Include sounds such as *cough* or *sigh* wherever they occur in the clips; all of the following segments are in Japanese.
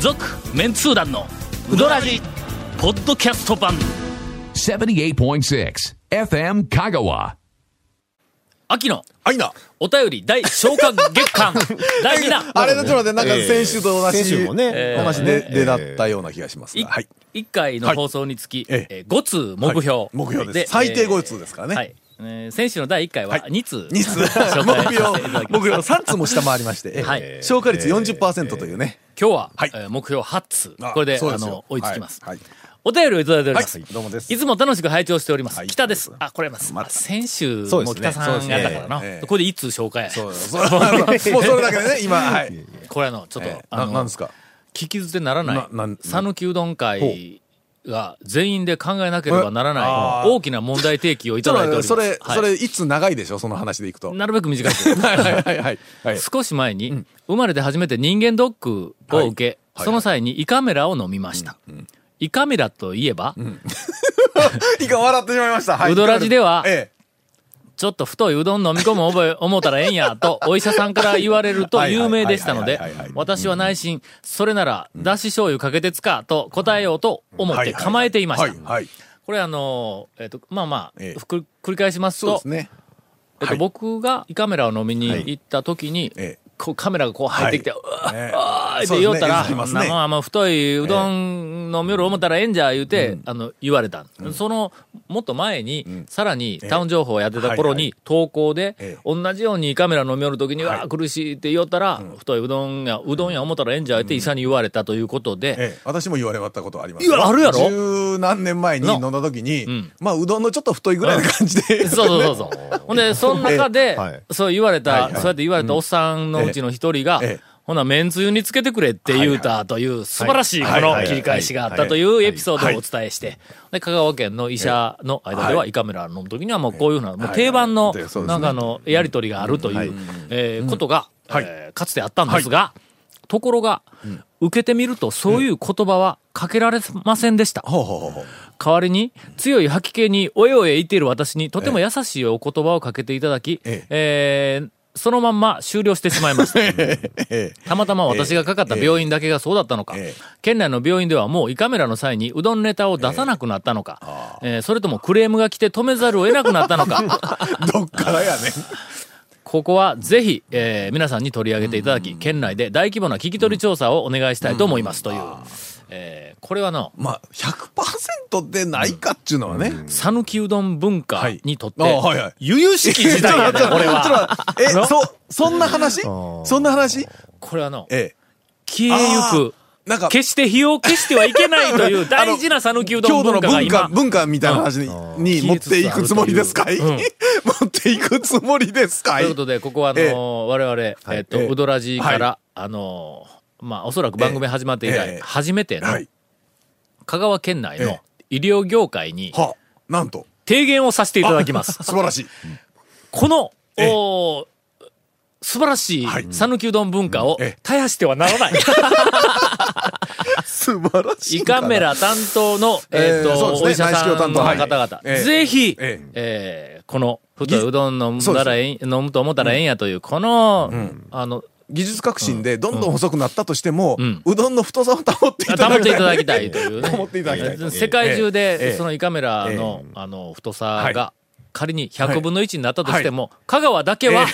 続メンツー団のウドラジポッドキャスト版78.6 FM Kagawa. 秋のあいな。お便り大消化月 *laughs* 間大事なあれなだんちょかっと待って、なんかええ先週と同じ。先週もねええ同じで、ええ出だったような気がしますいが。はい。一回の放送につき、はいえー5通目標、はい目標です最低5通ですからねはいえー先週の第1回ははい2通、 2 *laughs* 通、紹介さ目せていただき標、ま目す標3つも下回りまして、ええはい消化率40%というね。今日は、はいえー目標8通あこれでそうあすよの追いつきます、はいはいお便りをいただいております、はいどうもですいつも楽しく拝聴しております、はい北ですあこれます、また先週そうでもすね北さんがやったからな、そうですねええこれで1通紹介そう *laughs* そうもうそれだけでね、今、はい。これあのちょっと、ええあなのなんですか聞き捨てならないななん讃岐うどん会が全員で考えなければならえなあいー大きな問題提起をいただいておりますそれ、はいそれ、いつ長いでしょ、その話でいくと。なるべく短く *laughs* はいはいはいはい。 *laughs* はい少し前に、生まれて初めて人間ドックを受け、はいその際に胃カメラを飲みました、胃カメラといえば、いいか、笑ってしまいました。はいうどらじではえちょっと太いうどん飲み込む *laughs* 覚え、思うたらええんや、と、お医者さんから言われるとはいはい有名でしたのではいはいはいはい、私は内心、それなら、だし醤油かけてつか、と答えようと思って構えていまはしいた。はい。これあのー、えっと、まあまあ、ええふく繰り返しますそうでとす、ね。えっはと、い僕が胃カメラを飲みに行った時にええ、こうカメラがこう入ってきて、うはいわーってねそうですね言おったら、言いますねまあまあ太いうどん飲みよる思ったらええんじゃ、言うて、あの、言われた。その、もっと前に、さらにタウン情報をやってた頃に、投稿でえ、同じように胃カメラ飲みよる時に、はいうわー苦しいって言おったら、太いうどんや、うどんや思ったらええんじゃ、言うて医者に言われたということで、ええ、私も言われたことありますいやあるやろ十何年前にな飲んだ時に、んまあうどんのちょっと太いぐらいの感じ *laughs* で、そうそうそうそう。ほんで、その中ではい、そう言われはいはた、いそうやって言われたおっさんのうちの一人がええ、ほな、麺つゆにつけてくれって言うたという素晴らしいこはいのはい切り返しがあったというエピソードをお伝えして、で、香川県の医者の間では、は胃カメラの時にはもうこういうふうな、もう定番のはいはいそう、ですねなんかあの、やりとりがあるという、えーことが、えーかつてあったんですが、ところが、受けてみるとそういう言葉はかけられませんでした。ほうほうほうほう代わりに強い吐き気におえおえ言っている私にとても優しいお言葉をかけていただき、えええーそのまんま終了してしまいました。 *laughs* ええたまたま私がかかった病院だけがそうだったのか、ええ県内の病院ではもう胃カメラの際にうどんネタを出さなくなったのか、えーそれともクレームが来て止めざるを得なくなったの *laughs* か、どっからやねん。ここはぜひ、えー皆さんに取り上げていただき、県内で大規模な聞き取り調査をお願いしたいと思いますという、えーこれはの、まあ100%でないかっちゅうのはね。讃岐うどん文化にとって、あはいはい。由々しき事態や *laughs* ちょっな、とこれちょっは。と待ってえ、そ、そんな話そんな話これはの、ええ。消えゆく、なんか、決して火を消してはいけない *laughs* という大事な讃岐うど郷ん土文の化が文化、今、文化みたいな話にに持っていくつもりですかい *laughs* 持っていくつもりですかといいうことで、ここはあのええ我々、えっと、ええウドラジから、はあのまあ、おそらく番組始まって以えええ来、え初めてのはい。香川県内のえ医療業界には、なんと、提言をさせていただき *laughs* ます。素晴らしい。この、ええおー素晴らしいはい讃岐うどん文化をええ絶やしてはならない。素晴らしい胃んかな。カメラ担当の、えっ、えーと、そうおで医すね者さんの方々、内視鏡担当はいええぜひ、えええーこの、ふとうどん飲むならえん、飲むと思ったらええんやという、この、あの、技術革新でどんどん細くなったとしても、うどんの太さを保っていただきたい。保っていただきたいというね。保っていただきたいえー世界中えで、えその胃カメラの、あの、太さが、仮に100分の1になったとしても、香川だけは、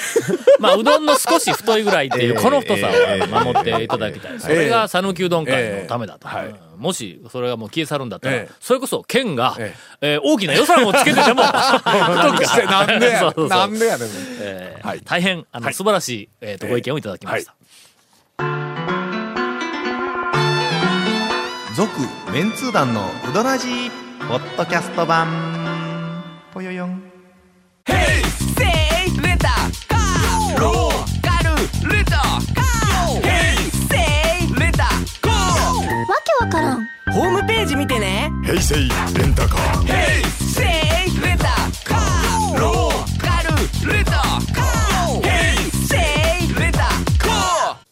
まあ、うどんの少し太いぐらいっていえう、えこの太さええを守っていただきたい。それが讃岐うどん会のためだと。ええはいうんもし、それがもう消え去るんだったら、ええそれこそ県が、ええー大きな予算をつけて *laughs* でも、太くして *laughs* なんで *laughs* やそうそうそうなんでやねん。えーはい大変、あの、素晴らしい、えーと、ご意見をいただきました。続、メンツー団のウドラジーポッドキャスト版ぽよよんヘイレンタカーローカルレンタカーヘイセイレンタカーわけわからんホームページ見てねヘイセイレンタカーヘイセイレンタカーローカルレンタカーヘイセイレンタカー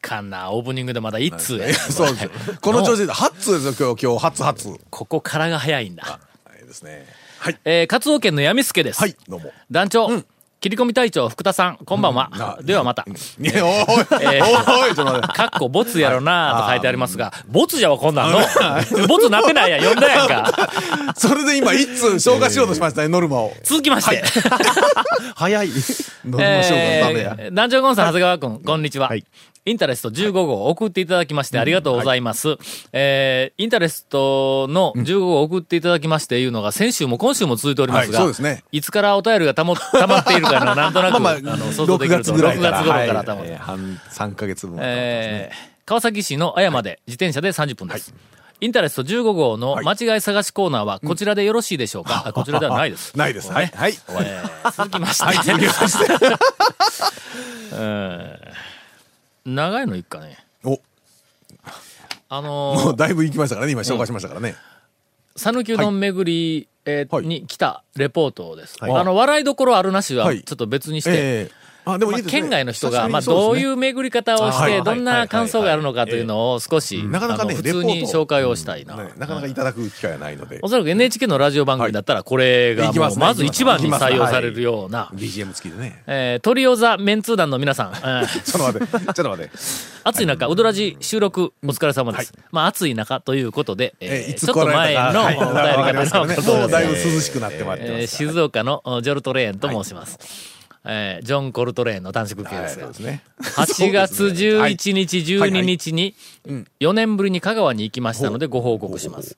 かな、オープニングでまだ1通や。そうです。この調子で、8通ですよ、今日、今日、初初。はここからが早いんだ。いですね。はい。えー、カツオ県のやみすけです。はい、どうも。団長、切り込み隊長福田さん、こんばんは。ではまた。いや *laughs* おい、おい、えーちょっと待って。かっこボツやろ *laughs* なと書いてありますが、ボツじゃわこんなんの。ボツなってないや *laughs* ん、読んだやんか。それで今、一通消化しようとしましたね、ノルマを。続きまして。早い。ノルマ消化のためや。えー、団長ゴンさん、長谷川君、こんにちは。はいインタレスト15号を送っていただきましてありがとうございます。えーインタレストの15号を送っていただきましていうのが先週も今週も続いておりますが、はいそうですねいつからお便りがたも溜まっているかのなんとなく、 *laughs* まああまあ、の想像で6きる月とぐらいから。 6月頃から溜まはっいてえー半3ヶ月分。えー川崎市の綾まで自転車で30分です。インタレスト15号の間違い探しコーナーはこちらでよろしいでしょうか、あこちらではないです。ないです。はい。はい。えー続きまして。えー長いのいっかね。お、あものうだいぶ行きましたからね、今紹介しましたからね。讃岐うどん巡り、えーはいに来たレポートです。はいあの、笑いどころあるなしははちょいっと別にして、ええ。あ、でもまいあいですね。県外の人が、まあ、久しぶりにどういそう巡り方をしあーはて、いどんな感想があるのかというのを少し、なかなかねあの普通レにポート紹介をしたいうな。ですねねなかなかいただく機会はないのでお。そらく NHK のラジオ番組だったら、これがいきもまうすねまず一番にいきます採ね用されるような、 BGM 付きでね。えートリオザメンツー団の皆さん、えー *laughs* ちょっと待って、ちょっと待って。暑い中、うどらじ収録お疲れ様です。まあ暑い中ということで、 *laughs* えーえいつちょっと来ら前れたかのおは便いりわかります方かのらね方もうだいぶです涼しくなってまいってえーますから。静岡のおジョルトレーンと申します。えージョン・コルトレーンの短縮系ですが、そうですね。 8月そうですねはい11日、12日に4年ぶりに香川に行きましたのでご報告します。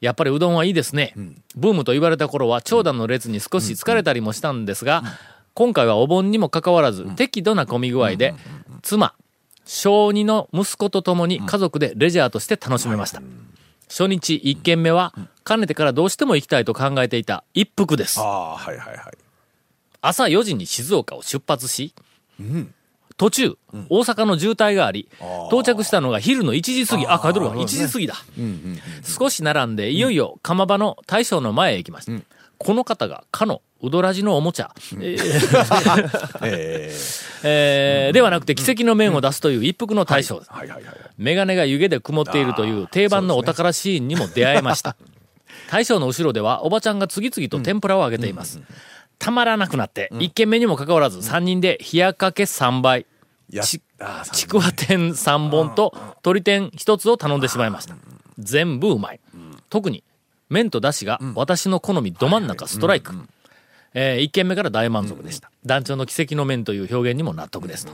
やっぱりうどんはいいですね。ブームと言われた頃は長蛇の列に少し疲れたりもしたんですが、今回はお盆にもかかわらず適度な混み具合で、妻、小児の息子と共に家族でレジャーとして楽しめました。初日1軒目は、かねてからどうしても行きたいと考えていた一服ですあ。あ、はいはいはい。朝4時に静岡を出発し、途中、大阪の渋滞があり、到着したのが昼の1時過ぎ、あ、書いてるわ、1時過ぎだ。少し並んで、いよいよ釜場の大将の前へ行きました。この方が、かの、うどらじのおもちゃ、えーええ。えーではなくて奇跡の麺を出すという一服の大将です。はいは *laughs* いはい。メガネが湯気で曇っているという定番のお宝シーンにも出会えました。 *laughs* 大将の後ろではおばちゃんが次々と天ぷらを揚げています。たまらなくなって、一軒目にもかかわらず3人で冷やかけ3倍、やちあーちくわ天3本と鶏天1つを頼んでしまいました。全部うまい。特に麺と出汁が私の好みど真ん中ストライク。えー一軒目から大満足でした。団長の奇跡の麺という表現にも納得ですと。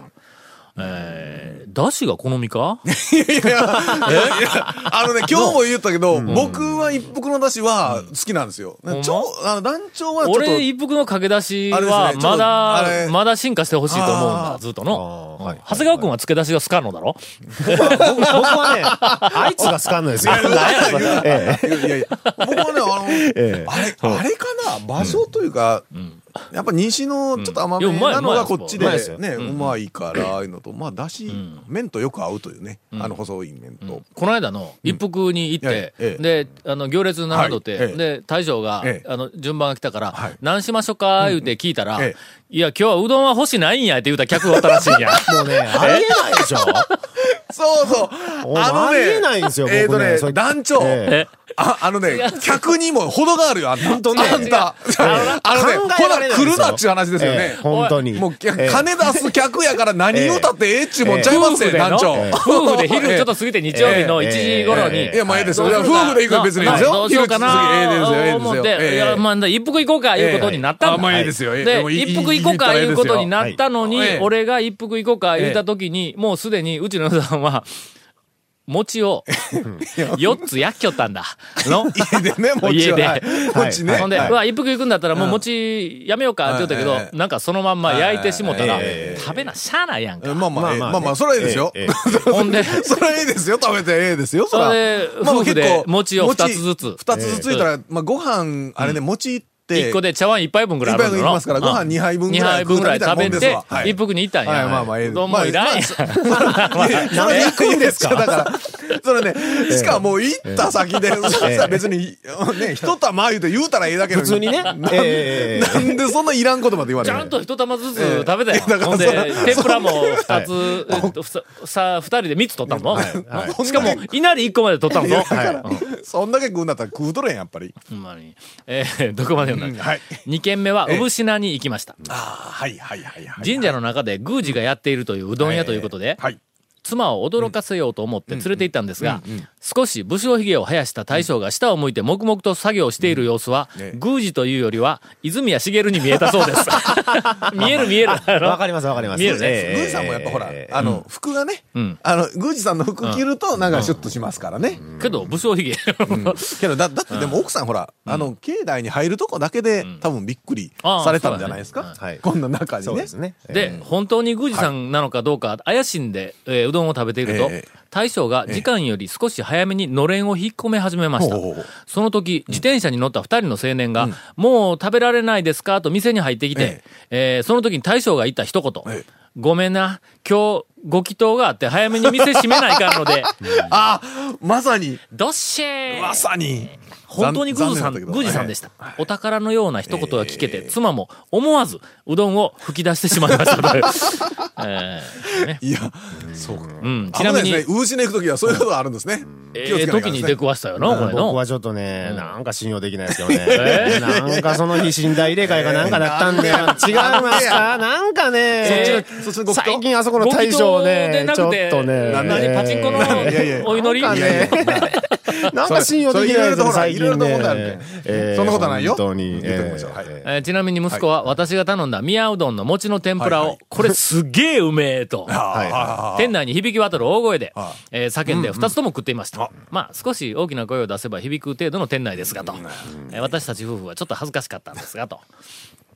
えー、出汁が好みかあのね、今日も言ったけど、僕は一服の出汁は好きなんですよ。んま超、あの、団長はちょっと。 *laughs* 俺、一服の駆け出しあれですはねちょっとまだ、あれまだ進化してほしいと思うんだあ、ーずっとの。あーはい長谷川君は付け出しがスカのだろ僕は僕僕はね、あいつが好かん *laughs* のですよ。ええいやいやいや、僕はね、あの、えあれ、あれかな、場所というか、やっぱ西のちょっと甘うんいめやうまいなのがこっちでうまいですよ、ね、うまいから、ああいうのと、まあ、だし、麺とよく合うというね、あの、細い麺と。この間の一服に行っうんて、いやいやええで、あの、行列に並んどって、はいええで、大将が、ええあの、順番が来たから、はい何しましょうか言うて聞いたら、えいや、今日はうどんは欲しないんやって言うた客がおったらしいんや。もうね、ありえないでしょ。そうそう、おありえないんですよえっと僕ねそね、れ団長、えああのね、客にも程があるよ、あんた。当ねあんた。あのね、考ほえらら、れないです来よるなっちゅう話ですよえねえ。本当に。もう、きゃええ金出す客やから何言うたってええっちゅうもんちゃいま夫婦すよ、での団長。夫婦で昼ちょっと過ぎて日曜日の1時頃にええええええ。いや、まあええですよ。どいすうるや夫か婦で行く別にいいですよ。どうしようか昼続きええな、ですよ、思えっえですよ。て、いや、まあ、一服行こうか、いうことになったあんまあだええ。ですよ。ええでも、ういい一服行こうか、いうことになったのにええ、俺が一服行こうか、言った時に、もうすでに、うちのさんは、餅 *laughs* を、4つ焼きよったんだ。の家でね、もち *laughs* 家ろん。ではいもちね。ほんで、はいうわ、一服行くんだったらもう餅やめようかって言ったけうんえど、えなんかそのまんま焼いてしもたらえ、え食べな、しゃあないやんか。まあまあ、ええままあまああねまあ、それはええですよ。えええほんで、 *laughs* それはええですよ。食べてええですよ。そそられでまあ夫婦で結構餅を二つずつ餅二つずついたら、まあ、ご飯、あれね、餅いって。 1個で茶碗1杯分ぐらいあるの一杯分いりますからご飯二杯分ぐら2杯い分ぐらい食うた食みべたいなもんですてわ、はい一服に行ったんや。 *laughs* はいまあまあええ *laughs* うどんもいらんやん。それはええですよだから、*laughs* それね、しかもう行った先で、そしたら別に、ね、一玉言うて言うたらええだけ普普通に *laughs* ね。ええなんでそんないらんことまで言われちるゃんと一玉ずつ食べたよ。ええいやだからほんでそれ、天ぷらも二つ、えっとふささあ、二人で三つ取ったもん。しかも、稲荷一個まで取ったもん。うんそんだけ食うんだったら食うとれんやっぱりほんまに。えー、 *laughs* どこまで読んだ、うんはい2軒目は、産品に行きました。ああはいはいはいはい神社の中で宮司がやっているといううどん屋ということで、はい妻を驚かせようと思って連れて行ったんですが、少し武将髭を生やした大将が下を向いて黙々と作業をしている様子は、ね宮司というよりは、泉谷茂に見えたそう *laughs* です。見える見える。あわのかりますわかります。見えるねええ宮司さんもやっぱほらあの服がねんあの宮司さんの服着るとなんかシュッとしますからねけど、武将髭。けどだだってでも奥さんほらあの境内に入るとこだけで多分びっくりああされたんじゃないですかそうだねこんな中にそうねですね。ええで、本当に宮司さんなのかどうか怪しんで、えーうどんを食べているとええ、大将が時間より少し早めにのれんを引っ込め始めましたほうほうほう。その時、自転車に乗った二人の青年が、もう食べられないですかと店に入ってきてえ、えーその時に大将が言った一言ええ、ごめんな、今日、ご祈祷があって早めに店閉めないかんの *laughs* で、ああまさにどっしーまさに本当にグズさん、残残念だったけどグジさんでした。お宝のような一言が聞けて、妻も思わずうどんを吹き出してしまいました。 *laughs* えーねいやそうかうん、ちちななみみに、にウーシネ行く時はそういうことがあるんですねえ気をえつけなきゃ時ですねに出くわしたよな、これ僕の。はちょっとね、なんか信用できないですよね。なんかその日寝台入れ替えがなんかだったんで、違いますかなんかね、そっちのご祈祷最近あそこの大将ね、ちょっとね、何、ええパチンコのいやいやお祈りなんかね、なんか信用できないですよね、それ最いろいろ近とほらねいろいろと問題あるけん。ええそんなことないよ本当に。言っときましょうええはいえーちなみに息子は私が頼んだ宮うどんの餅の天ぷらを、はいはいこれすげえうめえと、はい *laughs* あ店内に響き渡る大声でああ、えー叫んで2つとも食っていました。まあ少し大きな声を出せば響く程度の店内ですがと、えー私たち夫婦はちょっと恥ずかしかったんですがと。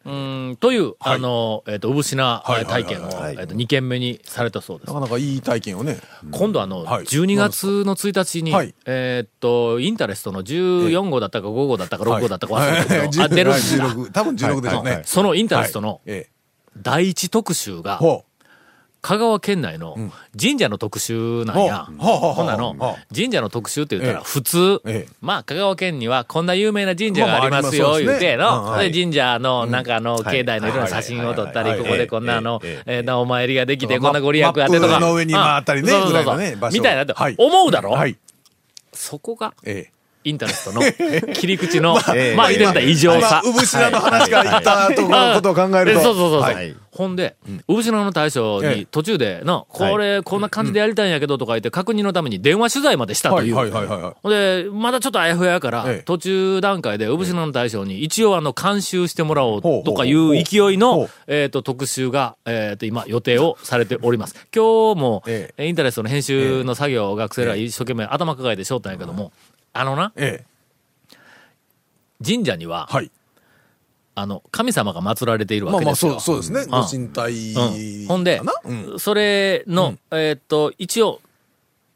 うーんという、あの、えっ、と、産品はいはい体はい験を、はえいーと2件目にされたそうであすな。かなかいい体験をね今度あの、はい12月の1日に、はいえーっと、インタレストの14号だったか5号だったか6号だったか忘れたけど、あ、出るんだ。 16多分16でしょうねそのインタレはいストのええ第一特集が、ほう香川県内の神社の特集なんや。ほうほうほうほんなのほ、神社の特集って言ったらええ普通ええ、まあ香川県にはこんな有名な神社がまあまあありますよ、あり言まうてすそうですねうんの、はでい神社のなんかあの、境内のいろんな写真を撮ったり、ここでこんなあの、えーなお参りができて、こんなご利益あってとマか。ップの上に回ったりねあそうそぐらういそのうね場所みたいなとはい思うだろはいそこが、ええインタレストの *laughs* 切り口の、まあ、ええ言ってみたら異常さまあ。産品の話から言ったところのことを考えるえとそうそうそうそう、はいほんで、産品の大将えにえ途中でな、これ、こんな感じでやりたいんやけどとか言って、確認のために電話取材までしたと。はいいうはいはいはいはいほんで、まだちょっとあやふややから、ええ途中段階で、産品の大将に一応あの、監修してもらおうほうとかいう勢いの、ほうほうえっ、と、特集が、えっ、と、今、予定をされております。今日も、えインタレストの編集の作業を学生ら一生懸命頭抱えてしょったんやけども、あのな、ええ神社には、はいあの、神様が祀られているまわあけまであすよ。そうそうですねご神体うん、ほんでかな、うんそれの、うんえーっと、一応、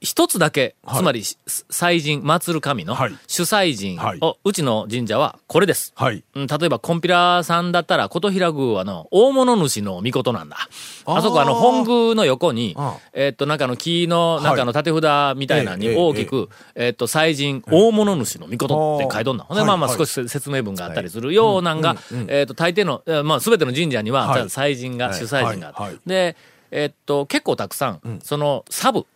一つだけ、はいつまり、し祭神、祀る神のはい主祭神を、はいうちの神社はこれです。はいうん例えば、コンピラさんだったら、琴平宮はの、大物主の御事なんだ。あそこ、あの、本宮の横にあ、えーっと、なんかあの木の、なんかあの縦札みたいなのえにえ大きく、えーっと、祭神、大物主の御事って書いとんだ。ほんで、はいまあまあはい少し説明文があったりするようなんが、えーっと、大抵の、えーまあ、すべての神社には、はいじゃあ祭神が、主祭神があってはいはいで、えっと、結構たくさん、その、サブ、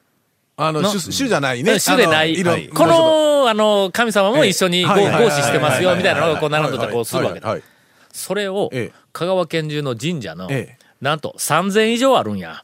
あのの主主じゃないね主でない、あのはいろこの、あの、神様も一緒にええごはいはい合祀してますよ、みたいなのがこう並んどったらこうするわけはだい。それをええ、香川県中の神社のええ、なんと3000以上あるんや。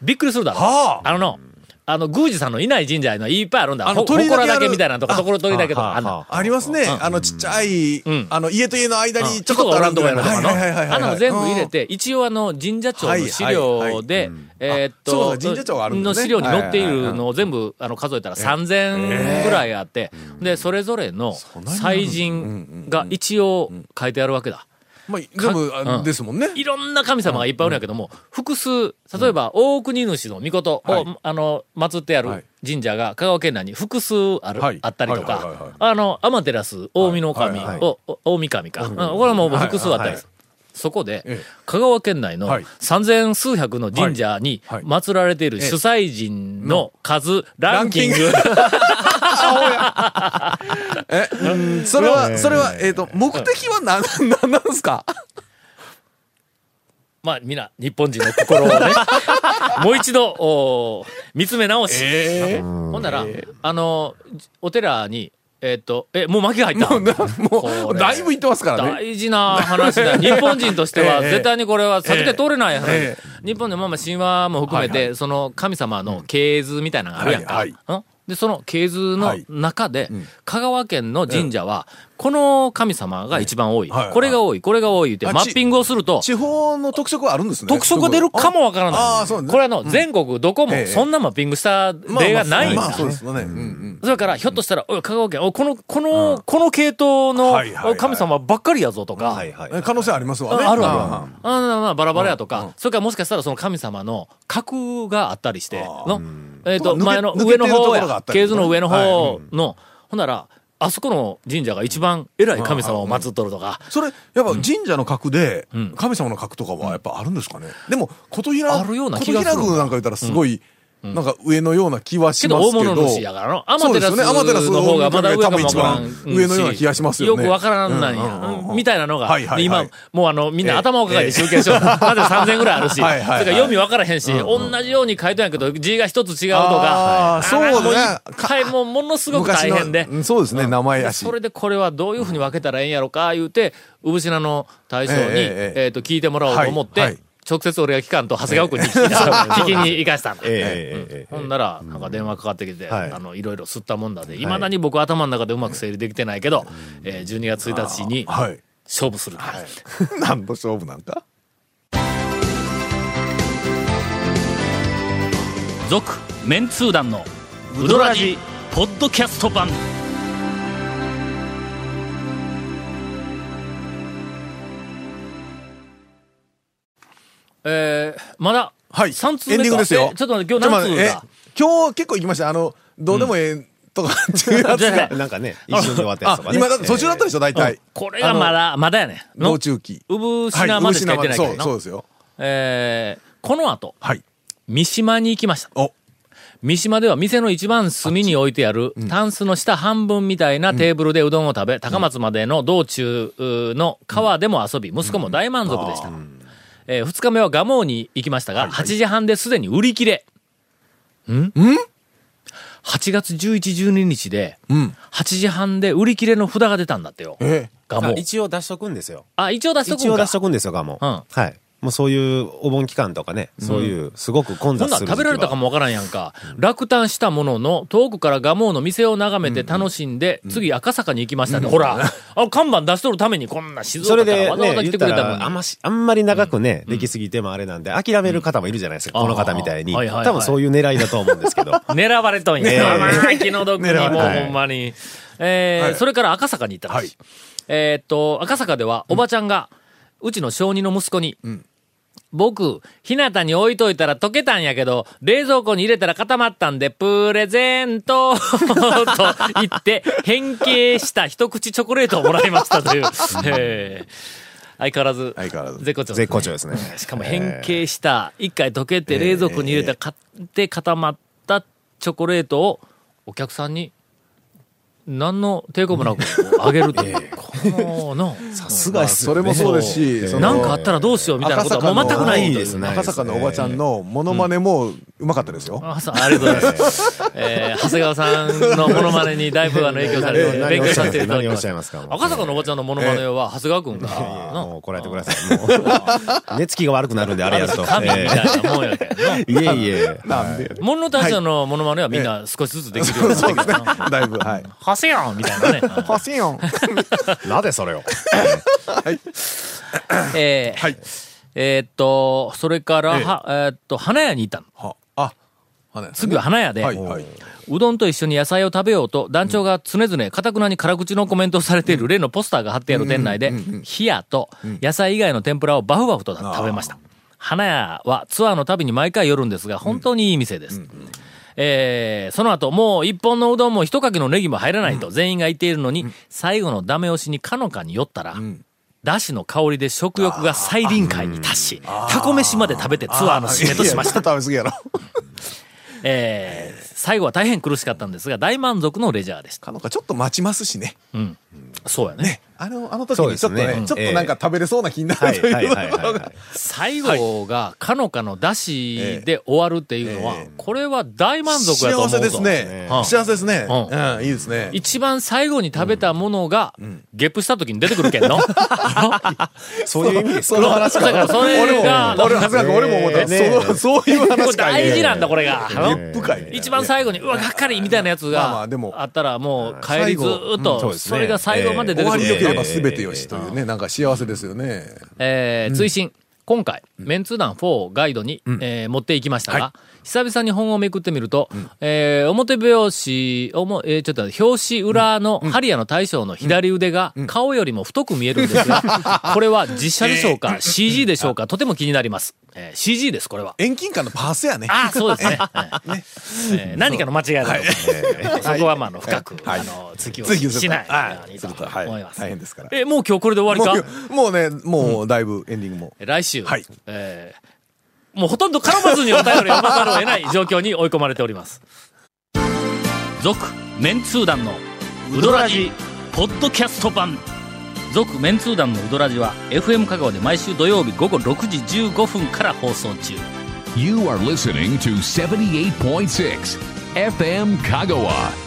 びっくりするだろ。はああのの、あの、宮司さんのいない神社のいっぱいあるんだ。あのほほこ鳥居だけらだあるけみたいなとか、ところ鳥だけとか、あんなありますねあのちっちゃいんあの家と家の間うんにちょこっ人とがおあらるんとこやなとかの。はいはいはいはいはいあんなの全部入れて、一応あの、神社庁の資料で、えーっそうとか、神社庁があるんだのね資料に載っているのを全部あの数えたら3000ぐらいあって、で、それぞれの祭神が一応書いてあるわけだ。まあ、全部あうんですもんね。いろんな神様がいっぱいおるんやけども、複数、例えば、大国主の御事を、はいあの、祀ってあはるい神社が香川県内に複数ある、はいあったりとはいはいはいはいか、あの、アマテラス、大見の神を、はいはいお大見神か、うんこれはもうはい複数あったりする。そこでええ、香川県内のはい三千数百の神社にはいはい祀られている主催人の数、ランキング。え、うん、それは、それは、えっ、と、目的は何、何なん *laughs* ですか *laughs* まあ、みんな、日本人の心を *laughs* ね、もう一度、おー見つめ直し。ほんなら、あの、お寺に、えっと、え、もう巻きが入ったもう、なもこう、れだいぶ行ってますからね。大事な話 *laughs* だ。日本人としては、ええ絶対にこれは避けて通れない話。え日本でもまあ神話も含めて、その神様の系図みたいなのがあるやんか。はいんで、その系図のはい中で、香川県の神社は、この神様が一番多い。はいこれが多い、これが多いって、あマッピングをすると、地方の特色はあるんですね。特色出るかもわからない。ああそうねこれあの、全国どこもええそんなマッピングしたまあ例がないんだ。まあ、そうですよね。うんうん。それから、ひょっとしたら、おい香川県、おいこの、この、この系統のはいはいはい神様ばっかりやぞとか、え可能性ありますわね。ああるあるうんある。あまあバラバラやとか、それからもしかしたらその神様の格があったりして、の、えっと、まあ前の抜け上の抜けてると方ころがあやっ、たり系図の上のはい方の、ほんなら、あそこの神社が一番偉い神様を祀っとるとか、それ、やっぱ神社の格でん、神様の格とかはやっぱあるんですかね。でも、琴平、あるような気がする琴平宮なんか言ったらすごい、なんか上のような気はけしまどす大けど。物主やからの。アマそうテですラよスねの方がまだ上かもわからんアマテラスの方が多分多分一番上のような気がしますよねくわからんなんうんうんうんやう。んみたいなのが。はいはいはいで今、もうあの、みんなええ頭を抱えて集計しよう。まだ3000ぐらいあるし。はいはいはいそれから読みわからへんし、同じように書いとんやけど、字が一つ違うとか。あーそうねも一回もうものすごく大変で昔。のうんそうですね、名前やしそ。れでこれはどういうふうに分けたらええんやろか言うて、産品の大将に、えええええっと聞いてもらおうと思って、はいはい直接俺が機関と長谷川君に聞いた、聞きに行かしたんだ。ええええええほんなら、なんか電話かかってきて、はいあの、いろいろ吸ったもんだで、いまだに僕頭の中でうまく整理できてないけど、えー12月1日に *laughs* はい。勝負する。何の勝負なんか続、メンツー団の、ウドラジ、ポッドキャスト版。えー、まだ、はい。 3通目エンかディングですよえ。ちょっと待って、今日何通ちょっと待っだてえ今日結構行きました。あの、どうでもええとかっていうやつじゃあが。 *laughs* なんかね、一瞬で終わったやつとかね。今だって途中だったでしょ、大体。これがまだ、まだやね。の道中期。産品までしかやってないけそどう、なそうですよ。えーこの後、はい。三島に行きました。お、三島では店の一番隅に置いてある、タンスの下半分みたいなテーブルでうどんを食べ、高松までの道中うーの川でも遊び、息子も大満足でした。えー二日目は蒲生に行きましたが、8時半ですでに売り切れ。ん ?8 月11、12日で、うん。 8時半で売り切れの札が出たんだってよ。え蒲生。一応出しとくんですよ。あ、一応出しとくん一か。応出しとくんですよ、ガモ。うんはい。もうそういうお盆期間とかね、そういうすごく混こん雑なんする時期は。食べられたかもわからんやんか。落胆したものの、遠くから蒲生の店を眺めて楽しんで、次赤坂に行きましたね。ほら、あ、看板出しとるためにこんな静それ岡からで、ね、わざわざ来言ってくたれたのらあに。んまし、あんまり長くね、できすぎてもあれなんで、諦める方もいるじゃないですか、この方みたいに。あーはいはいはい多分そういう狙いだと思うんで *laughs* すけど。狙われとんや。ええまあ気の毒にもう狙われほんまに。えーはいそれから赤坂に行ったらしい。えーっと、赤坂ではおばちゃんが、うちの小児の息子に、僕、ひなたに置いといたら溶けたんやけど、冷蔵庫に入れたら固まったんで、プレゼント *laughs* と言って、変形した一口チョコレートをもらいましたという。えー相変わらず、相変わらず絶好調ですね絶好調です *laughs* ね。しかも変形した、一回溶けて冷蔵庫に入れた、買って固まったチョコレートをお客さんに、何の抵抗も *laughs* なくあげるという。このの、さすがっすよそれねもそうですし、そなのんかあったらどうしようみたいなことはもう全くないというですね赤坂のおばちゃんのモノマネもうまかったですよ。あそうありがとうござい *laughs* ます。えー、長谷川さんのモノマネにだいぶあの影響されて、何勉強させていただき何をまおしっしゃいますたか。赤坂のおばちゃんのモノマネは、長谷川くんが、もうこらえてください。も *laughs* う寝つきが悪くなるんで、あれやると。神みえたいなもんやけどな。えいえい *laughs* え。なんで。 *laughs* モノ大将のモノマネはみんな少しずつできるよう *laughs* になってきたな。だいぶ、はい。はせやんみたいなね。パセヨン。なぜそれを。えーはい。えーっと、それから、ええはえーっと、花屋にいたの。は、あ、花屋ですね次は花屋で、はい、はい。うどんと一緒に野菜を食べようと、団長が常々、かたくなに辛口のコメントをされている例のポスターが貼ってある店内で、冷やと野菜以外の天ぷらをバフバフと食べました。花屋はツアーの旅に毎回寄るんですが、本当にいい店です。えーその後、もう一本のうどんも一かけのネギも入らないと全員が言っているのに、最後のダメ押しにかのかに寄ったら、だしの香りで食欲が再臨界に達し、タコ飯まで食べてツアーの締めとしました。食べ過ぎやろ。えー最後は大変苦しかったんですが、大満足のレジャーでした。かのかちょっと待ちますしね。そうやね。ね。あの、あの時にちょっとね、そうですねちょっとなんか食べれそうな気になるはいとはいいうのはいがはい。最後が、かのかのだしで終わるっていうのは、これは大満足やと思うぞ幸せですね。うん幸せですね。ううん、いいですね。一番最後に食べたものが、ゲップした時に出てくるけん *laughs* の。そういう意味ですその話か。だからそれが俺も、俺、恥ずかしい俺も思った。ねその、そういうこ話れか。大事なんだ、これが。あのゲップ会。一番最後に、うわ、がっかりみたいなやつまあまがあでもあったら、もう帰り最ずー後っうんそうと、ですねそれが最後まで出終てくわりるよけけんれば全てよしというね、なんか幸せですよね。えー追伸、今回、メンツー団4をガイドに、えー持っていきましたが、久々に本をめくってみると、えー表表紙、おもえーちょっと待って表紙裏のハリアの大将の左腕が顔よりも太く見えるんですが、 *laughs* これは実写でしょうか、CG でしょうか、とても気になります。えー CG です、これは。遠近感のパースやね。ああ、 *laughs* そうですね。はいえー何かの間違いだと思うえー *laughs* そこは、まあ、あの、深く、あの、追求を追求するしないようにとはい思います。大変ですからえー、もう今日これで終わりかもうね、もうだいぶエンディングも。来週、はいえーもうほとんど絡まずにお便りを読まざるを得ない状況に追い込まれております。続、メンツー団のウドラジ、ポッドキャスト版。続、メンツー団のウドラジは FM 香川で毎週土曜日午後6時15分から放送中。 You are listening to 78.6 FM Kagawa.